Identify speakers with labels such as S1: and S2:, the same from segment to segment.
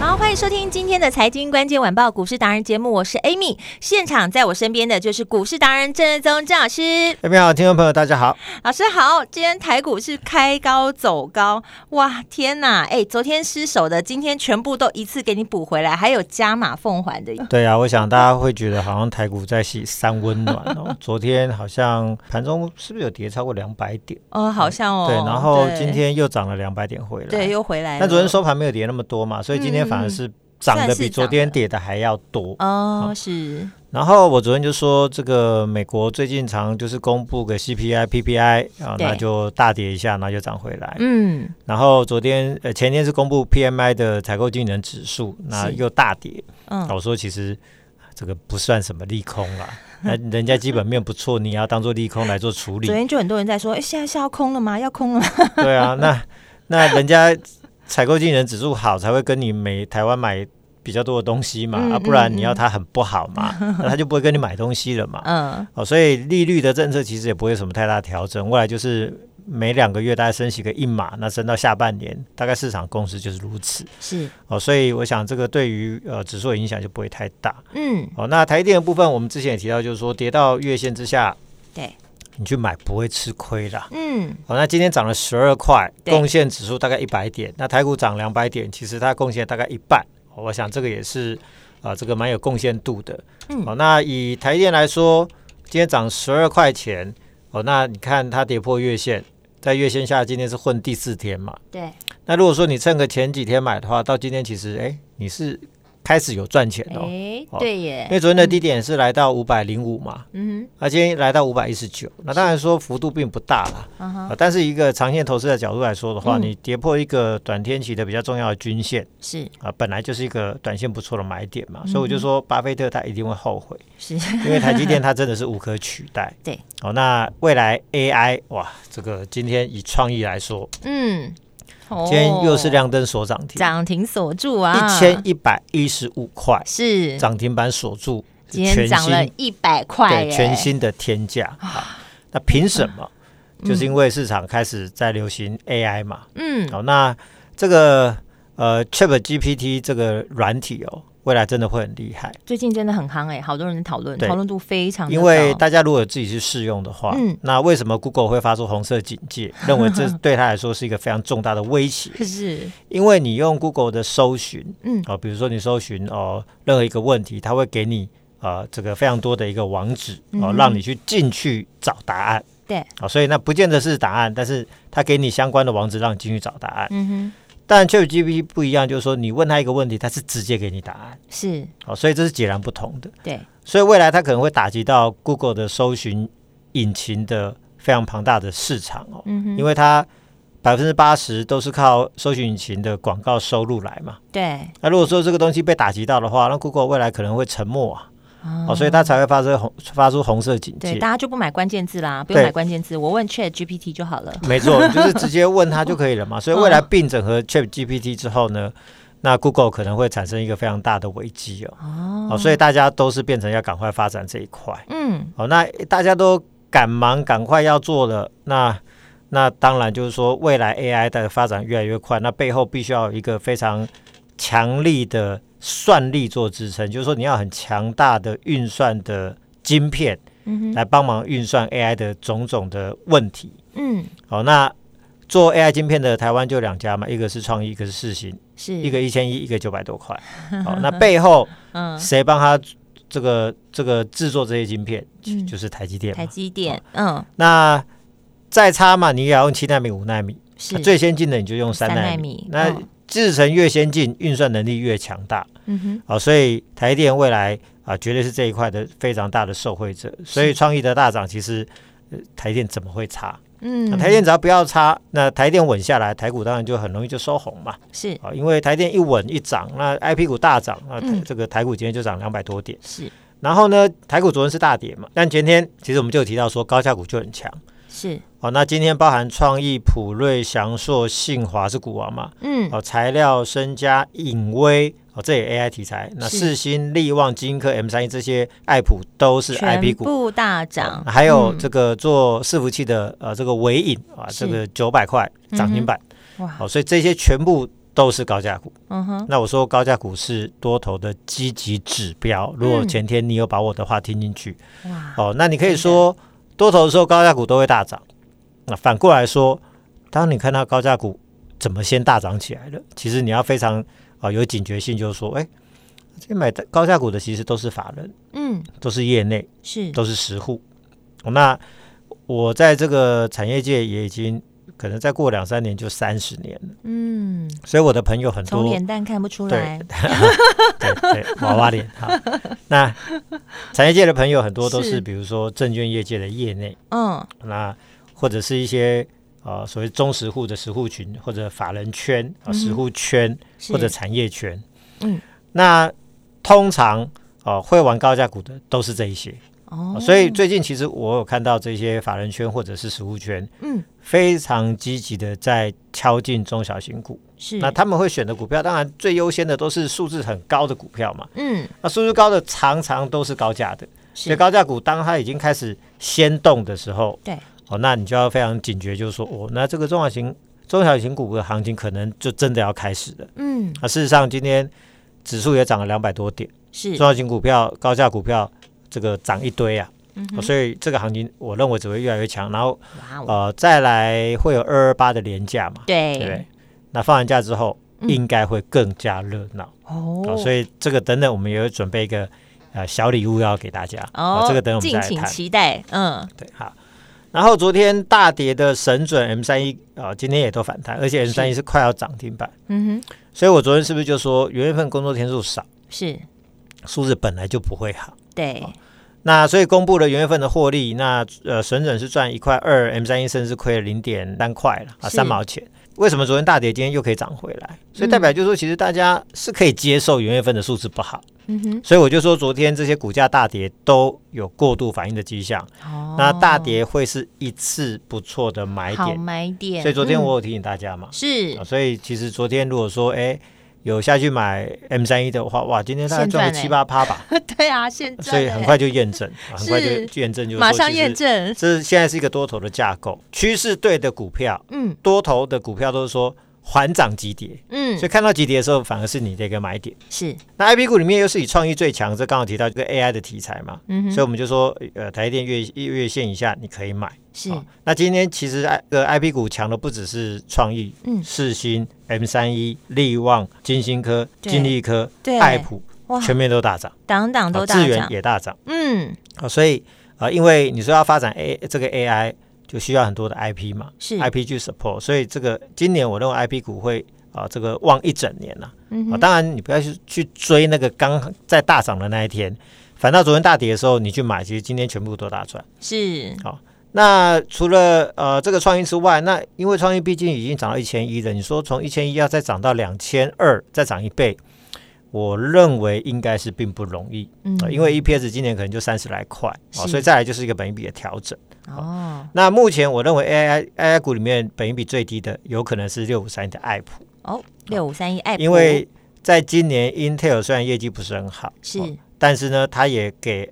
S1: 好，欢迎收听今天的财经关键晚报股市达人节目，我是 Amy。现场在我身边的就是股市达人郑仁宗郑老师，
S2: 各位好，听众朋友大家好。
S1: 老师好。今天台股是开高走高，哇，天哪！哎，昨天失手的，今天全部都一次给你补回来，还有加码奉还的。
S2: 对啊，我想大家会觉得好像台股在洗三温暖 哦。昨天好像盘中是不是有跌超过两百点？
S1: 哦，好像哦。
S2: 对，然后
S1: 对
S2: 今天又涨了两百点回来。
S1: 对又回来了。嗯
S2: 但昨天收盘没有跌那么多嘛，所以今天反而是涨
S1: 算
S2: 的
S1: 是
S2: 比昨
S1: 涨
S2: 天
S1: 的
S2: 跌的还要多。
S1: 哦，是
S2: 然后我昨天就说，这个美国最近常就是公布个 CPI、PPI 啊，
S1: 对
S2: 那就大跌一下，然后就涨回来。
S1: 嗯
S2: 然后昨天呃前天是公布 PMI 的采购经理人指数，那
S1: 是
S2: 又大跌。
S1: 嗯，
S2: 我说其实这个不算什么利空 啦，那人家基本面不错，你也要当做利空来做处理
S1: 昨。天就很多人在说，哎，现在是要空了吗？要空了吗？
S2: 对啊， 那那人家采购经理人指数好，才会跟你每台湾买比较多的东西嘛，
S1: 嗯
S2: 啊，
S1: 嗯
S2: 不然
S1: 嗯
S2: 你要它很不好嘛，那他就不会跟你买东西了嘛。
S1: 嗯，
S2: 哦，所以利率的政策其实也不会有什么太大调整，未来就是。每两个月大概升息个一码，那升到下半年，大概市场共识就是如此
S1: 是，
S2: 哦，所以我想这个对于呃指数的影响就不会太大。
S1: 嗯，
S2: 好，那台电的部分，我们之前也提到，就是说跌到月线之下，
S1: 对，
S2: 你去买不会吃亏啦。
S1: 嗯，
S2: 好，那今天涨了十二块，
S1: 对
S2: 贡献指数大概一百点，那台股涨两百点，其实它贡献大概一半。哦我想这个也是啊、这个蛮有贡献度的。
S1: 嗯
S2: 好，那以台电来说，今天涨十二块钱，哦，那你看它跌破月线，在月线下今天是混第四天嘛。
S1: 对，
S2: 那如果说你趁个前几天买的话，到今天其实哎，你是开始有赚钱哦。
S1: 哎，
S2: 好
S1: 对耶
S2: 因，为昨天的低点是来到五百零五嘛，
S1: 嗯
S2: 那今天来到五百一十九，那当然说幅度并不大啦，
S1: 哼，嗯哼，
S2: 啊，但是一个长线投资的角度来说的话，
S1: 嗯
S2: 你跌破一个短天期的比较重要的均线
S1: 是
S2: 啊，本来就是一个短线不错的买点
S1: 嗯
S2: 嘛，所以我就说巴菲特他一定会后悔，
S1: 是，
S2: 因为台积电它真的是无可取代
S1: 。对，
S2: 好、那未来 AI 哇，这个今天以创意来说，
S1: 嗯，今
S2: 今天又是亮灯锁涨停，
S1: 涨停锁住啊，
S2: 一千一百一十五块
S1: 是
S2: 涨停板锁住，
S1: 今天涨了一百块
S2: 对
S1: 耶，
S2: 全新的天价啊。那凭什么？就是因为市场开始在流行 AI 嘛。
S1: 嗯
S2: 好、那这个呃 Chat GPT 这个软体哦，未来真的会很厉害，
S1: 最近真的很夯哎，好多人在讨论，
S2: 对
S1: 讨论度非常的
S2: 因为
S1: 高
S2: 大家如果有自己去试用的话，
S1: 嗯
S2: 那为什么 Google 会发出红色警戒，认为 这对他来说是一个非常重大的威胁？
S1: 是
S2: 因为你用 Google 的搜寻，
S1: 嗯
S2: 哦，比如说你搜寻哦任何一个问题，它会给你呃这个非常多的一个网址
S1: 嗯
S2: 哦，
S1: 哼
S2: 让你去进去找答案。
S1: 对，
S2: 啊、所以那不见得是答案，但是它给你相关的网址让你进去找答案。
S1: 嗯
S2: 但 ChatGPT 不一样，就是说你问他一个问题，他是直接给你答案
S1: 哼，，是
S2: 好、所以这是截然不同的。
S1: 对，
S2: 所以未来它可能会打击到 Google 的搜寻引擎的非常庞大的市场哦，
S1: 嗯哼，
S2: 因为它百分之八十都是靠搜寻引擎的广告收入来嘛。
S1: 对，
S2: 那如果说这个东西被打击到的话，那 Google 未来可能会沉默啊，哦，所以它才会发出红发出红色警
S1: 对，
S2: 戒
S1: 大。家就不买关键字啦，不用
S2: 对
S1: 买关键字，我问 Chat GPT 就好了。
S2: 没错，你就是直接问他就可以了
S1: 哦
S2: 嘛。所以未来并整合 Chat GPT 之后呢，那 Google 可能会产生一个非常大的危机哦。
S1: 哦，
S2: 哦，所以大家都是变成要赶快发展这一块。
S1: 嗯，
S2: 哦，那大家都赶忙赶快要做了，那那当然就是说未来 AI 的发展越来越快，那背后必须要有一个非常强力的算力做支撑，就是说你要很强大的运算的晶片
S1: 嗯哼，
S2: 来帮忙运算 AI 的种种的问题。
S1: 嗯，
S2: 好、那做 AI 晶片的台湾就两家嘛，一个是创意，一个是世芯，
S1: 是
S2: 一个一千一，一个九百 多块。好、那背后
S1: 嗯，
S2: 谁帮他这个这个制作这些晶片，就
S1: 嗯
S2: 就是台积电嘛。
S1: 台
S2: 啊
S1: 积电，嗯，
S2: 那再差嘛，你也要用七纳米、五纳米，
S1: 嗯是
S2: 啊最先进的你就用三纳
S1: 三纳
S2: 米
S1: 米。
S2: 那
S1: 嗯
S2: 制程越先进，运算能力越强大。
S1: 嗯哼，
S2: 啊好、所以台电未来啊，绝对是这一块的非常大的受惠者。所以创意的大涨，其实、呃台电怎么会差？那
S1: 嗯，
S2: 台电只要不要差，那台电稳下来，台股当然就很容易就收红嘛。
S1: 是
S2: 啊，因为台电一稳一涨，那 I P 股大涨，那台
S1: 嗯
S2: 这个台股今天就涨两百多点。
S1: 是
S2: 然后呢，台股昨天是大跌嘛，但前天其实我们就有提到说高价股就很强。
S1: 是，
S2: 哦，那今天包含创意、普瑞、翔硕、信华是股王嘛？
S1: 嗯，
S2: 哦，材料、身家、影威，哦，这也 AI 题材。那
S1: 是
S2: 世新、力旺、金科、M 三一这些爱普都是 IP
S1: 全
S2: 股。哦
S1: 部大涨，
S2: 还有
S1: 嗯
S2: 这个做伺服器的呃这个伟影啊，
S1: 是嗯
S2: 这个九百块涨停板，
S1: 哇，
S2: 好、所以这些全部都是高价股。
S1: 嗯哼，
S2: 那我说高价股是多头的积极指标，如果
S1: 嗯
S2: 前天你有把我的话听进去，
S1: 哇，
S2: 哦，那你可
S1: 真
S2: 以
S1: 的
S2: 说多头的时候高价股都会大涨，那反过来说，当你看到高价股怎么先大涨起来了，其实你要非常啊、有警觉性，就是说，哎，这买的高价股的其实都是法人，
S1: 嗯，
S2: 都是业内，
S1: 是，
S2: 都是实户。哦那我在这个产业界也已经可能再过两三年就三十年了，
S1: 嗯，
S2: 所以我的朋友很
S1: 从
S2: 多，
S1: 脸蛋看不出
S2: 对
S1: 来，
S2: 对对，娃娃脸 哈。那产业界的朋友很多都
S1: 是
S2: 是，比如说证券业界的业内，
S1: 嗯，
S2: 那或者是一些呃所谓中实户的实户群或者法人圈啊、
S1: 嗯哼
S2: 实户圈
S1: 是
S2: 或者产业圈，
S1: 嗯，
S2: 那通常哦、会玩高价股的都是这一些。呃
S1: 哦，
S2: 所以最近其实我有看到这些法人圈或者是实物圈
S1: 嗯，
S2: 非常积极的在敲进中小型股，
S1: 是，
S2: 那他们会选的股票，当然最优先的都是数字很高的股票嘛。
S1: 嗯，
S2: 那数字高的常常都是高价的，所以
S1: 是，
S2: 高价股当它已经开始先动的时候，
S1: 对，
S2: 哦，那你就要非常警觉，就是说，哦，那这个中小型中小型股的行情可能就真的要开始了。
S1: 嗯，
S2: 那事实上，今天指数也涨了两百多点，
S1: 是，
S2: 中小型股票、高价股票这个涨一堆啊。
S1: 嗯
S2: 哦
S1: 哼，
S2: 所以这个行情我认为只会越来越强，然后
S1: 哇哦，
S2: 呃再来会有二二八的廉价嘛，对不
S1: 对
S2: 对，？那放完假之后
S1: 嗯
S2: 应该会更加热闹
S1: 哦
S2: 哦，，所以这个等等我们也有准备一个呃小礼物要给大家
S1: 哦，
S2: 这个等我们
S1: 敬
S2: 再来
S1: 请
S2: 谈，
S1: 期待，嗯，
S2: 对好。然后昨天大跌的神准 M 三一啊，今天也都反弹，而且 M 三一是快要涨停板，
S1: 嗯哼，
S2: 所以我昨天是不是就说元月份工作天数少，
S1: 是
S2: 数字本来就不会好。
S1: 对，
S2: 那所以公布了元月份的获利，那呃，神准是赚一块二，M 三一甚至亏了零点三块了啊，
S1: 是
S2: 三毛钱。为什么昨天大跌，今天又可以涨回来？所以代表就是说，其实大家是可以接受元月份的数字不好，
S1: 嗯哼，
S2: 所以我就说昨天这些股价大跌都有过度反应的迹象。
S1: 哦，
S2: 那大跌会是一次不错的买
S1: 好
S2: 点，
S1: 买点，
S2: 所以昨天
S1: 嗯
S2: 我有提醒大家嘛。
S1: 是
S2: 啊所以其实昨天如果说哎、有下去买 M 三一的话，哇，今天大概
S1: 现
S2: 赚个
S1: 赚欸
S2: 七八趴吧，
S1: 对啊，现在
S2: 所以很快就 验证，啊很快就是验证，就是
S1: 马
S2: 说
S1: 上
S2: 其实
S1: 验证，
S2: 这现在是一个多头的架构，趋势对的股票，
S1: 嗯
S2: 多头的股票都是说缓涨急跌，
S1: 嗯
S2: 所以，看到急跌的时候，反而是你的一个买点。
S1: 是，
S2: 那 I P 股里面又是以创意最强，这刚好提到这个 A I 的题材嘛，
S1: 嗯
S2: 所
S1: 哼，
S2: 以我们就说，呃，台积电月月线以下你可以买。
S1: 是
S2: 好那今天其实 I 呃 I P 股强的不只是创意、
S1: 嗯
S2: 世新、M 三一、力旺、金星科、
S1: 对
S2: 金利科、
S1: 对
S2: 爱普，
S1: 哇，
S2: 全面都大涨，
S1: 档档都
S2: 啊
S1: 大
S2: 智源
S1: 涨，
S2: 也大涨。
S1: 嗯，
S2: 啊，所以啊，呃因为你说要发展 A 这个 AI，就需要很多的 IP 嘛，
S1: 是
S2: IP 去 support，所以这个今年我认为 IP 股会啊这个旺一整年呐、
S1: 嗯
S2: 啊。
S1: 哼，
S2: 当然你不要去去追那个刚在大涨的那一天，反倒昨天大跌的时候你去买，其实今天全部都大赚。
S1: 是，
S2: 那除了呃这个创意之外，那因为创意毕竟已经涨到一千一了，你说从一千一要再涨到两千二，再涨一倍，我认为应该是并不容易。
S1: 嗯
S2: 啊，因为 EPS 今年可能就三十来块啊，
S1: 是
S2: 所以再来就是一个本益比的调整。
S1: 哦
S2: 那目前我认为 AI AI 股里面本益比最低的，有可能是六五三的爱普，
S1: 哦，六五三一爱普，
S2: 因为在今年 Intel 虽然业绩不是很好，哦
S1: 是
S2: 但是呢，它也给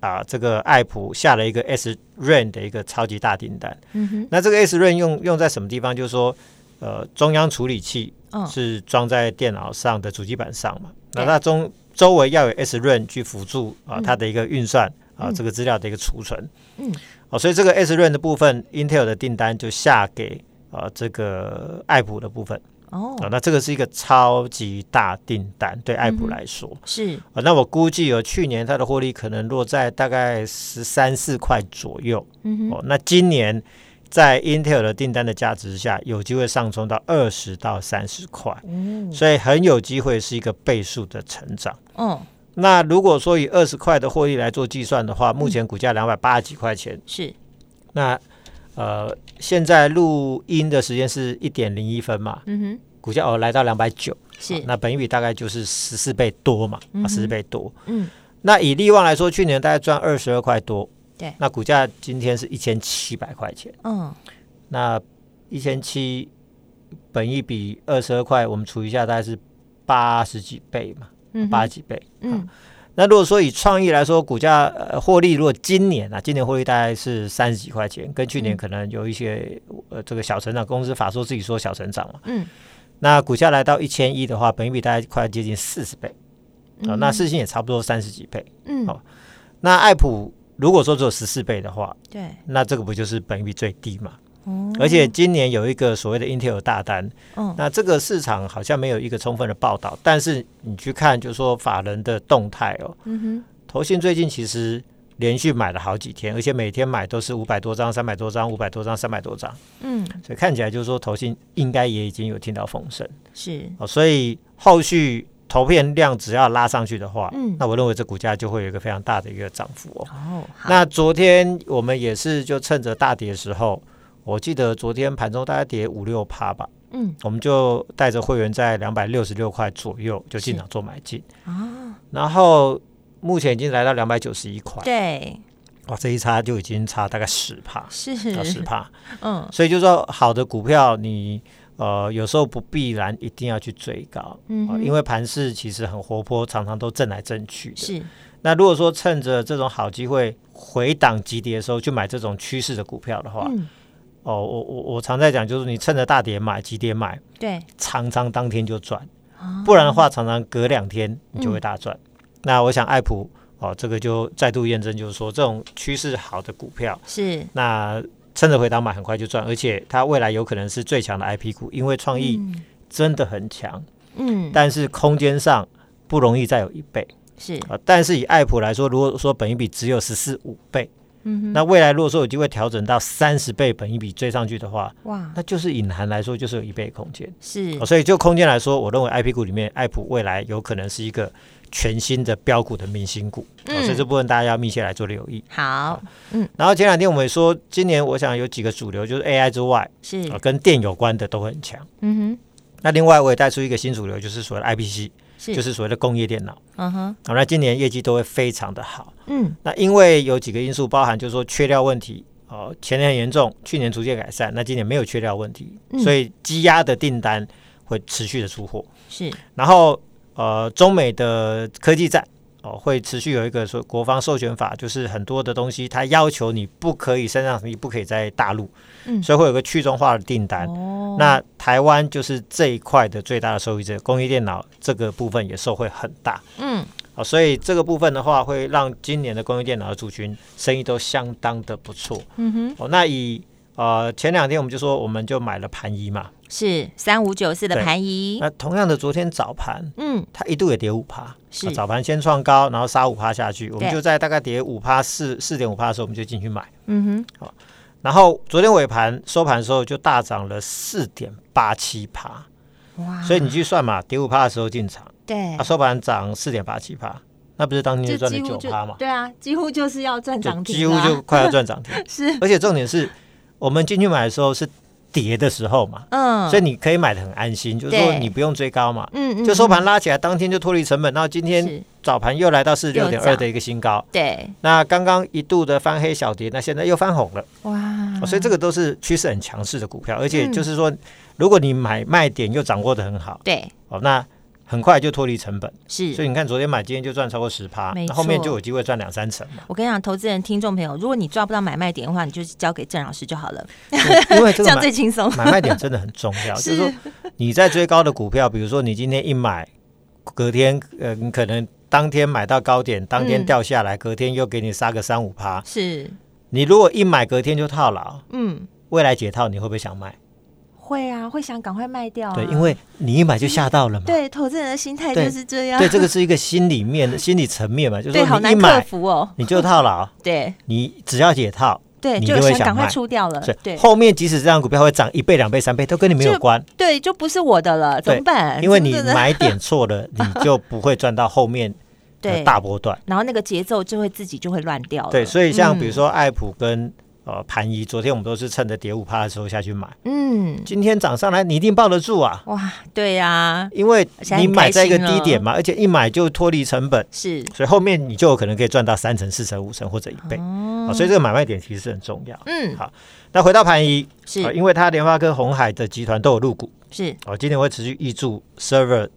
S2: 啊、这个爱普下了一个 S Rain 的一个超级大订单。
S1: 嗯哼，
S2: 那这个 S Rain 用用在什么地方？就是说，呃，中央处理器
S1: 嗯
S2: 是装在电脑上的主机板上嘛，那
S1: 对
S2: 它中周围要有 S Run 去辅助啊它的一个运算啊
S1: 嗯
S2: 这个资料的一个储存，
S1: 嗯，
S2: 哦，所以这个 S Run 的部分，Intel 的订单就下给啊这个爱普的部分啊，
S1: 哦
S2: 那这个是一个超级大订单对爱普
S1: 嗯哼
S2: 来说
S1: 是
S2: 啊，那我估计有去年它的获利可能落在大概十三四块左右，
S1: 嗯哼
S2: 哦，那今年在 Intel 的订单的价值下，有机会上冲到二十到三十块，
S1: 哦
S2: 所以很有机会是一个倍数的成长。
S1: 哦
S2: 那如果说以二十块的获利来做计算的话，目前股价两百八十几块钱，
S1: 是
S2: 那呃现在录音的时间是一点零一分嘛，
S1: 嗯哼
S2: 股价哦来到两百九，
S1: 是
S2: 那本益比大概就是十四倍多嘛，
S1: 嗯哼
S2: 啊十四倍多。
S1: 嗯
S2: 那以利旺来说，去年大概赚二十二块多，
S1: 对
S2: 那股价今天是一千七百块钱，
S1: 嗯
S2: 那一千七本益比二十二块，我们除一下大概是八十几倍嘛，
S1: 嗯
S2: 八
S1: 哼
S2: 十几倍。啊
S1: 嗯
S2: 那如果说以创意来说，股价呃获利，如果今年啊，今年获利大概是三十几块钱，跟去年
S1: 嗯
S2: 可能有一些呃这个小成长，公司法说自己说小成长嘛。
S1: 嗯
S2: 那股价来到一千一的话，本益比大概快接近四十倍，啊、那世星也差不多三十几倍。
S1: 嗯
S2: 好那爱普如果说只有十四倍的话，
S1: 对，
S2: 那这个不就是本益比最低嘛？
S1: 哦
S2: 而且今年有一个所谓的 Intel 大单，
S1: 嗯
S2: 那这个市场好像没有一个充分的报道，但是你去看，就是说法人的动态哦，
S1: 嗯哼
S2: 投信最近其实连续买了好几天，而且每天买都是五百多张、三百多张、五百多张、三百多张，
S1: 嗯
S2: 所以看起来就是说投信应该也已经有听到风声
S1: 是
S2: 哦，所以后续投片量只要拉上去的话，
S1: 嗯
S2: 那我认为这股价就会有一个非常大的一个涨幅哦。
S1: 哦好
S2: 那昨天我们也是就趁着大跌的时候，我记得昨天盘中大概跌五六趴吧，
S1: 嗯
S2: 我们就带着会员在两百六十六块左右就进场做买进，
S1: 啊
S2: 然后目前已经来到两百九十一块，
S1: 对
S2: 哇，这一差就已经差大概十趴，
S1: 是
S2: 到十趴，
S1: 嗯
S2: 所以就说好的股票你。呃，有时候不必然一定要去追高，
S1: 嗯
S2: 啊
S1: 哼
S2: 因为盘势其实很活泼，常常都震来震去的。
S1: 是
S2: 那如果说趁着这种好机会回档急跌的时候去买这种趋势的股票的话，
S1: 嗯
S2: 哦，我我我常在讲，就是你趁着大跌买，急跌买，
S1: 对
S2: 常常当天就赚，
S1: 啊
S2: 不然的话常常隔两天你就
S1: 嗯
S2: 会大赚。那我想爱普哦，这个就再度验证，就是说这种趋势好的股票，
S1: 是
S2: 那趁着回档买很快就赚，而且它未来有可能是最强的 IP 股，因为创意
S1: 嗯
S2: 真的很强，
S1: 嗯
S2: 但是空间上不容易再有一倍。
S1: 是
S2: 啊，但是以爱普来说，如果说本一比只有十四五倍，
S1: 嗯哼
S2: 那未来如果说有机会调整到三十倍本一比追上去的话，
S1: 哇
S2: 那就是隐含来说就是有一倍空间、
S1: 是
S2: 哦所以就空间来说，我认为 I P 股里面，爱普未来有可能是一个全新的标股的明星股、哦所以
S1: 嗯
S2: 这部分大家要密切来做留意。
S1: 好
S2: 然后前两天我们也说，今年我想有几个主流，就是 A I 之外，
S1: 是
S2: 啊、跟电有关的都很强。
S1: 嗯
S2: 那另外我也带出一个新主流，就是所谓的 I P C，
S1: 哼是
S2: 就是所谓的工业电脑。
S1: 嗯哼
S2: 好、那今年业绩都会非常的好。
S1: 嗯
S2: 那因为有几个因素，包含就是说缺料问题，哦，前年很严重，去年逐渐改善，那今年没有缺料问题，
S1: 嗯
S2: 所以积压的订单会持续的出货。
S1: 是
S2: 然后呃，中美的科技战哦，会持续有一个说国防授权法，就是很多的东西它要求你不可以生产你不可以在大陆，
S1: 嗯
S2: 所以会有个去中化的订单。
S1: 哦
S2: 那台湾就是这一块的最大的受益者，工业电脑这个部分也受惠很大。
S1: 嗯
S2: 哦，所以这个部分的话，会让今年的工业电脑的族群生意都相当的不错。
S1: 嗯哼
S2: 哦，那以呃前两天我们就说，我们就买了盘一嘛。
S1: 是三五九四的
S2: 对
S1: 盘仪
S2: 那同样的，昨天早盘
S1: 嗯
S2: 它一度也跌五趴，
S1: 是
S2: 啊早盘先创高，然后杀五趴下去，我们
S1: 对
S2: 就在大概跌五趴四四点五趴的时候，我们就进去买。
S1: 嗯哼
S2: 然后昨天尾盘收盘的时候就大涨了四点八七趴，
S1: 哇
S2: 所以你去算嘛，跌五趴的时候进场，
S1: 啊对
S2: 啊，收盘涨四点八七趴，那不是当天
S1: 就
S2: 就赚
S1: 几
S2: 了
S1: 乎
S2: 九
S1: 就
S2: 趴嘛？
S1: 对啊，几乎就是要赚
S2: 就
S1: 涨停、啊，
S2: 几乎就快要赚 涨停。
S1: 是
S2: 而且重点是我们进去买的时候是跌的时候嘛，
S1: 嗯，
S2: 所以
S1: 以
S2: 你可以买的很安心，就是说
S1: 对
S2: 你不用追高嘛，
S1: 嗯嗯
S2: 就收盘
S1: 嗯
S2: 拉起来，当天就脱离成本。那今天
S1: 是
S2: 早盘又来到四十六
S1: 又
S2: 点
S1: 涨
S2: 二的一个新高，
S1: 对
S2: 那刚刚一度的翻黑小跌，那现在又翻红了，
S1: 嗯
S2: 哦
S1: 哇
S2: 所以这
S1: 个
S2: 个都是趋势很强势的股票，而且
S1: 嗯
S2: 就是说，如果你买卖点又掌握的很好，
S1: 对
S2: 哦，那。很快就脱离成本，
S1: 是
S2: 所以你看昨天买，今天就赚超过十趴
S1: 没，
S2: 那后面
S1: 错
S2: 就有机会赚两三成 嘛。
S1: 我跟你讲，投资人、听众朋友，如果你抓不到买卖点的话，你就交给郑老师就好了，
S2: 因为
S1: 这
S2: 这个
S1: 样
S2: 买
S1: 最轻松。
S2: 买卖点真的很重要，就是是说你在追高的股票，比如说你今天一买，隔天呃，你可能当天买到高点，当天
S1: 嗯
S2: 掉下来，隔天又给你杀个三五趴，
S1: 是，
S2: 你如果一买隔天就套牢，
S1: 嗯，
S2: 未来解套你会不会想买？
S1: 会啊，会想赶快卖掉、啊，
S2: 对，因为你一买就吓到了嘛。
S1: 对投资人的心态就
S2: 对
S1: 是这样，
S2: 对，这个是一个心里面、心理层面嘛，就 是
S1: 对，好
S2: 说你一
S1: 难克
S2: 买
S1: 服哦，
S2: 你就套牢，
S1: 对
S2: 你只要解套，
S1: 对，
S2: 你
S1: 就
S2: 就会
S1: 想赶
S2: 想
S1: 快
S2: 卖
S1: 出掉了，
S2: 所以
S1: 呃对
S2: 后面即使这样股票会涨一倍、两倍、三倍，都跟你没有
S1: 就
S2: 关。
S1: 对，就不是我的了，怎么
S2: 对
S1: 办？
S2: 因为你
S1: 真的
S2: 买点错了，你就不会赚到后面的
S1: 对
S2: 大波段。
S1: 然后那个节奏就会自己就会乱掉了。
S2: 对，所以像比如
S1: 嗯
S2: 说爱普跟、呃盘仪，昨天我们都是趁着跌五趴的时候下去买，
S1: 嗯，
S2: 今天涨上来你一定抱得住啊，
S1: 哇，对啊呀、
S2: 因为
S1: 而且还
S2: 你
S1: 很开
S2: 买在一个
S1: 心
S2: 低
S1: 哦
S2: 点嘛，而且一买就脱离成本，
S1: 是
S2: 所以后面你就有可能可以赚到三成、四成、五成或者一倍、
S1: 哦
S2: 啊，所以这个买卖点其实是很重要。
S1: 嗯
S2: 好那回到盘仪，
S1: 是
S2: 啊因为它联发科、红海的集团都有入股，
S1: 是
S2: 哦，今天会持续挹注 server。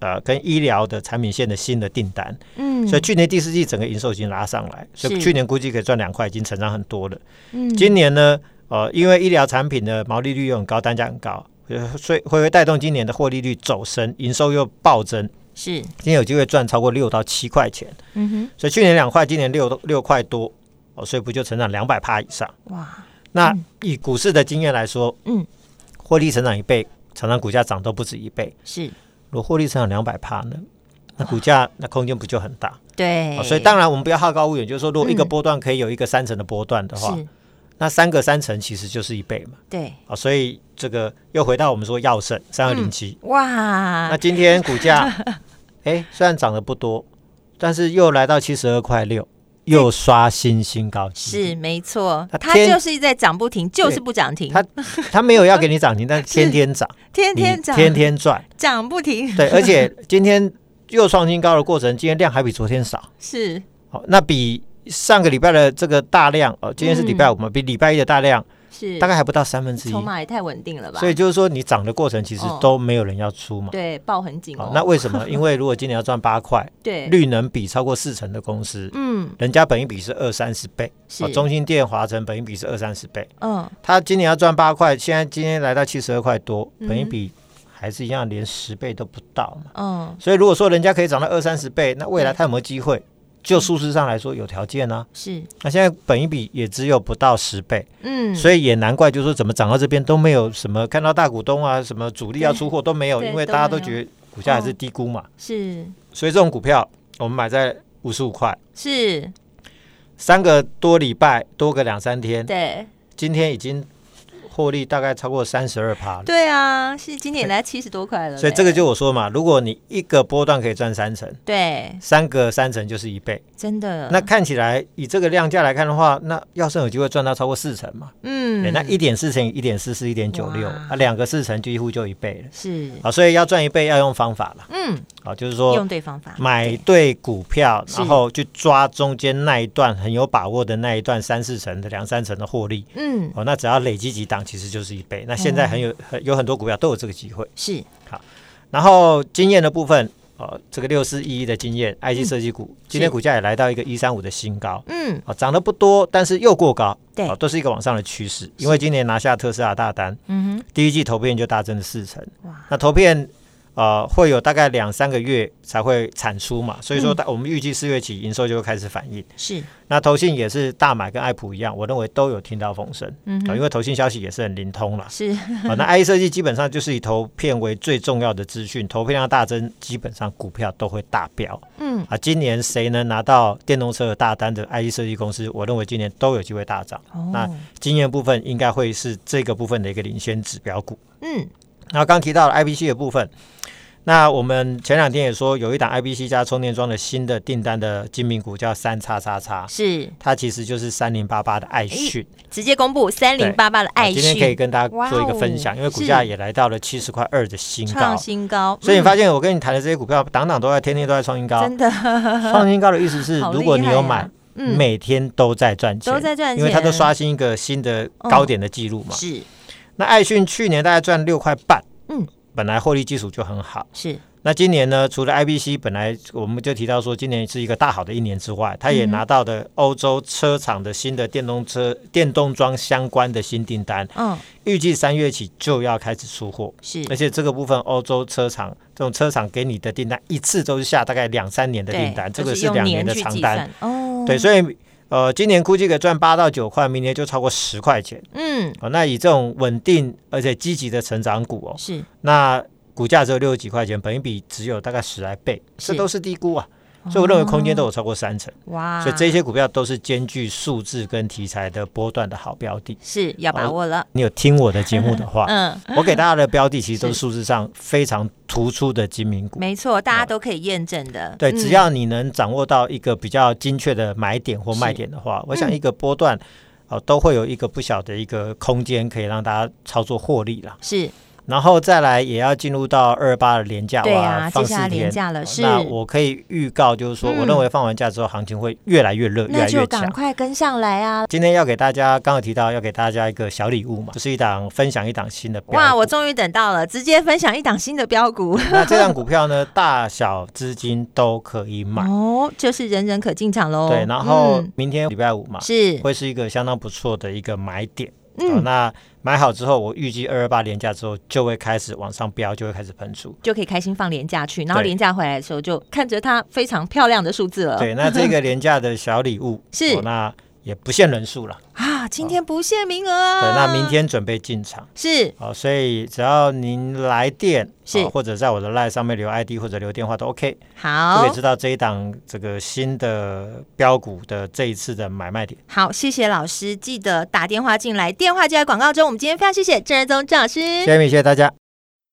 S2: 呃，跟医疗的产品线的新的订单，
S1: 嗯，
S2: 所以去年第四季整个营收已经拉上来，所以
S1: 是
S2: 去年估计可以赚两块，已经成长很多了。
S1: 嗯
S2: 今年呢，呃，因为医疗产品的毛利率又很高，单价很高，呃所以会会带动今年的获利率走升，营收又暴增，
S1: 是
S2: 今年有机会赚超过六到七块钱。
S1: 嗯
S2: 所以去年两块，今年六六块多，哦，所以不就成长两百趴以上？
S1: 哼哇
S2: 那以股市的经验来说，
S1: 嗯，
S2: 获利成长一倍，常常股价涨都不止一倍。
S1: 是
S2: 如果获利成长两百趴呢？那股价那空间不就很大、
S1: 对、
S2: 哦所以当然我们不要好高骛远，就是说，如果一个
S1: 哎嗯
S2: 波段可以有一个三成的波段的话，
S1: 是
S2: 那三个三成其实就是一倍嘛。
S1: 对
S2: 啊，所以这个又回到我们说药圣三二零七，那
S1: 哇
S2: 今天股 价，哎，虽然涨得不多，但是又来到七十二块六，又刷新新高
S1: 是
S2: 纪录。
S1: 没错，
S2: 它
S1: 它
S2: 天
S1: 就是在涨不停，就是不涨停，
S2: 它它没有要给你涨停，但是天天涨，
S1: 天
S2: 你
S1: 天涨，
S2: 天天 赚。
S1: 涨不停，
S2: 对，而且今天又创新高的过程，今天量还比昨天少。
S1: 是
S2: 好、那比上个礼拜的这个大量，哦，今天是礼拜五嘛，比礼拜一的大量
S1: 是，
S2: 大概还不到三分之一
S1: 筹。码也太稳定了吧，
S2: 所以就是说，你涨的过程其实
S1: 哦
S2: 都没有人要出嘛。
S1: 对抱很紧
S2: 好、
S1: 哦，
S2: 那为什么？因为如果今年要赚八块，
S1: 对
S2: 绿能比超过四成的公司，
S1: 嗯
S2: 人家本益比是二三十倍，哦
S1: 是
S2: 中兴电、华晨本益比是二三十倍，
S1: 嗯
S2: 它今年要赚八块，现在今天来到七十二块多，
S1: 嗯
S2: 本益比还是一样，连十倍都不到嘛。
S1: 嗯
S2: 所以如果说人家可以涨到二三十倍，那未来
S1: 对嗯
S2: 它有没有机会？就数字上来说有条件啊，
S1: 是
S2: 那现在本益比也只有不到十倍，
S1: 嗯
S2: 所以也难怪，就是说怎么涨到这边都没有什么看到大股东啊，什么主力要出货都没有，
S1: 对
S2: 因为
S1: 都
S2: 大家
S1: 没
S2: 都
S1: 有
S2: 觉得股价还是低估嘛。
S1: 是
S2: 所以这种股票我们买在五十五块，
S1: 是
S2: 三个多礼拜多个两三天，
S1: 对
S2: 今天已经获利大概超过三十二趴了。
S1: 对啊，是今年来七十多块了嘞，
S2: 所以这个就我说嘛，如果你一个波段可以赚三成，
S1: 对
S2: 三个三成就是一倍。
S1: 真的
S2: 那看起来以这个量价来看的话，那要是有机会赚到超过四成嘛？
S1: 嗯
S2: 对，哎那一点四乘以一点四是一点九六，
S1: 哇
S2: 啊，两个四成几乎就一倍了。
S1: 是
S2: 啊，所以要赚一倍要用方法了
S1: 嗯
S2: 啊，就是说
S1: 用对方法
S2: 买
S1: 对
S2: 对股票，
S1: 是
S2: 然后去抓中间那一段很有把握的那一段三四成的两三成的获利。
S1: 嗯
S2: 哦，那只要累积几档，其实就是一倍。那现在很有、很有很多股票都有这个机会。
S1: 是
S2: 然后经验的部分，哦，这个六四一一的经验，IC 设计股、今天股价也来到一个一三五的新高。
S1: 嗯
S2: 哦，涨得不多，但是又过高，
S1: 对
S2: 哦，都是一个往上的趋势。因为今年拿下特斯拉大单，
S1: 嗯哼
S2: 第一季投片就大增了四成
S1: 哇。
S2: 那投片呃会有大概两三个月才会产出嘛，所以
S1: 嗯
S2: 说大我们预计四月起营收就会开始反应。
S1: 是
S2: 那投信也是大买跟爱普一样，我认为都有听到风声，
S1: 嗯
S2: 啊、
S1: 哼
S2: 因为投信消息也是很灵通 啦。
S1: 是
S2: 啊、那 I E 设计基本上就是以投片为最重要的资讯，投片量大增，基本上股票都会大飙。
S1: 嗯
S2: 啊，今年谁能拿到电动车的大单的 IE 设计公司，我认为今年都有机会大涨。那
S1: 哦
S2: 经验部分应该会是这个部分的一个领先指标股。
S1: 嗯
S2: 然后刚提到了 IBC 的部分，那我们前两天也说有一档 IBC 加充电桩的新的订单的精明股叫三叉叉叉，
S1: 是
S2: 它其实就是三零八八的爱讯。
S1: 直接公布三零八八的
S2: 啊
S1: 爱
S2: 今天可以
S1: 讯
S2: 跟大家做一个分享，
S1: 哇哦
S2: 因为股价
S1: 是
S2: 也来到了七十块二的新高
S1: 创。新高，
S2: 所以你
S1: 嗯
S2: 发现我跟你谈的这些股票，档档都在天天都在创新高。
S1: 真的
S2: 创新高的意思是，
S1: 好厉
S2: 如果你有
S1: 害
S2: 买
S1: 啊，嗯
S2: 每天都在赚钱，
S1: 都在赚钱，
S2: 因为它都刷新一个新的高点的记录嘛。
S1: 是
S2: 那爱讯去年大概赚六块半，
S1: 嗯，
S2: 本来获利基础就很好。
S1: 是
S2: 那今年呢，除了 IBC 本来我们就提到说今年是一个大好的一年之外，它
S1: 嗯
S2: 也
S1: 哼
S2: 拿到的欧洲车厂的新的电动车、电动装相关的新订单，
S1: 嗯
S2: 预计三月起就要开始出货。
S1: 是
S2: 而且这个部分，欧洲车厂这种车厂给你的订单，一次都是下大概两三年的
S1: 对
S2: 订单，这
S1: 就
S2: 个是
S1: 用
S2: 两年的
S1: 去
S2: 长
S1: 计
S2: 单。
S1: 算哦，
S2: 对，所以呃，今年估计可以赚八到九块，明年就超过十块钱
S1: 嗯
S2: 哦。那以这种稳定而且积极的成长股哦，
S1: 是
S2: 那股价只有六十几块钱，本益比只有大概十来倍，
S1: 是
S2: 这
S1: 哦
S2: 都是低估啊。所以我认为空间都有超过三成，
S1: 哇，
S2: 所以这些股票都是兼具数字跟题材的波段的好标的。
S1: 是要把握了，
S2: 你有听我的节目的话，
S1: 嗯，
S2: 我给大家的标的其实都是
S1: 是
S2: 数字上非常突出的精明股。
S1: 没错，大家都可以验证的，
S2: 对，
S1: 嗯
S2: 只要你能掌握到一个比较精确的买点或卖点的话，我想一个波段哦、都会有一个不小的一个空间可以让大家操作获利啦。
S1: 是
S2: 然后再来也要进入到二八的廉价
S1: 对
S2: 哇，
S1: 啊，
S2: 放
S1: 接
S2: 四
S1: 下来
S2: 天哦
S1: 廉。价了，是，
S2: 那我可以预告，就是说，
S1: 嗯
S2: 我认为放完假之后，行情会越来越热，越
S1: 那
S2: 来越
S1: 就赶
S2: 强。
S1: 快跟上来啊！
S2: 今天要给大家，刚刚有提到要给大家一个小礼物嘛，就是一档分享一档新的标
S1: 哇，
S2: 股
S1: 我终于等到了，直接分享一档新的标股
S2: 那这档股票呢，大小资金都可以买。
S1: 哦，就是人人可进场喽。
S2: 对，然后
S1: 嗯
S2: 明天礼拜五嘛，
S1: 是
S2: 会是一个相当不错的一个买点。
S1: 嗯
S2: 好那买好之后，我预计二二八廉价之后就会开始往上飙，就会开始喷出。
S1: 就可以开心放年假去，然后
S2: 对
S1: 年假回来的时候就看着它非常漂亮的数字了。
S2: 对，那这个廉价的小礼物
S1: 是
S2: 哦那也不限人数了。
S1: 啊，今天不限名额啊。
S2: 对，那明天准备进场。
S1: 是
S2: 好、所以只要您来电，
S1: 是
S2: 哦或者在我的 line 上面留 ID 或者留电话都 OK，就
S1: 好
S2: 可以知道这一档这个新的标股的这一次的买卖点。
S1: 好，谢谢老师，记得打电话进来，电话就在广告中。我们今天非常谢谢郑仁宗郑老师
S2: 谢。谢米，谢谢大家。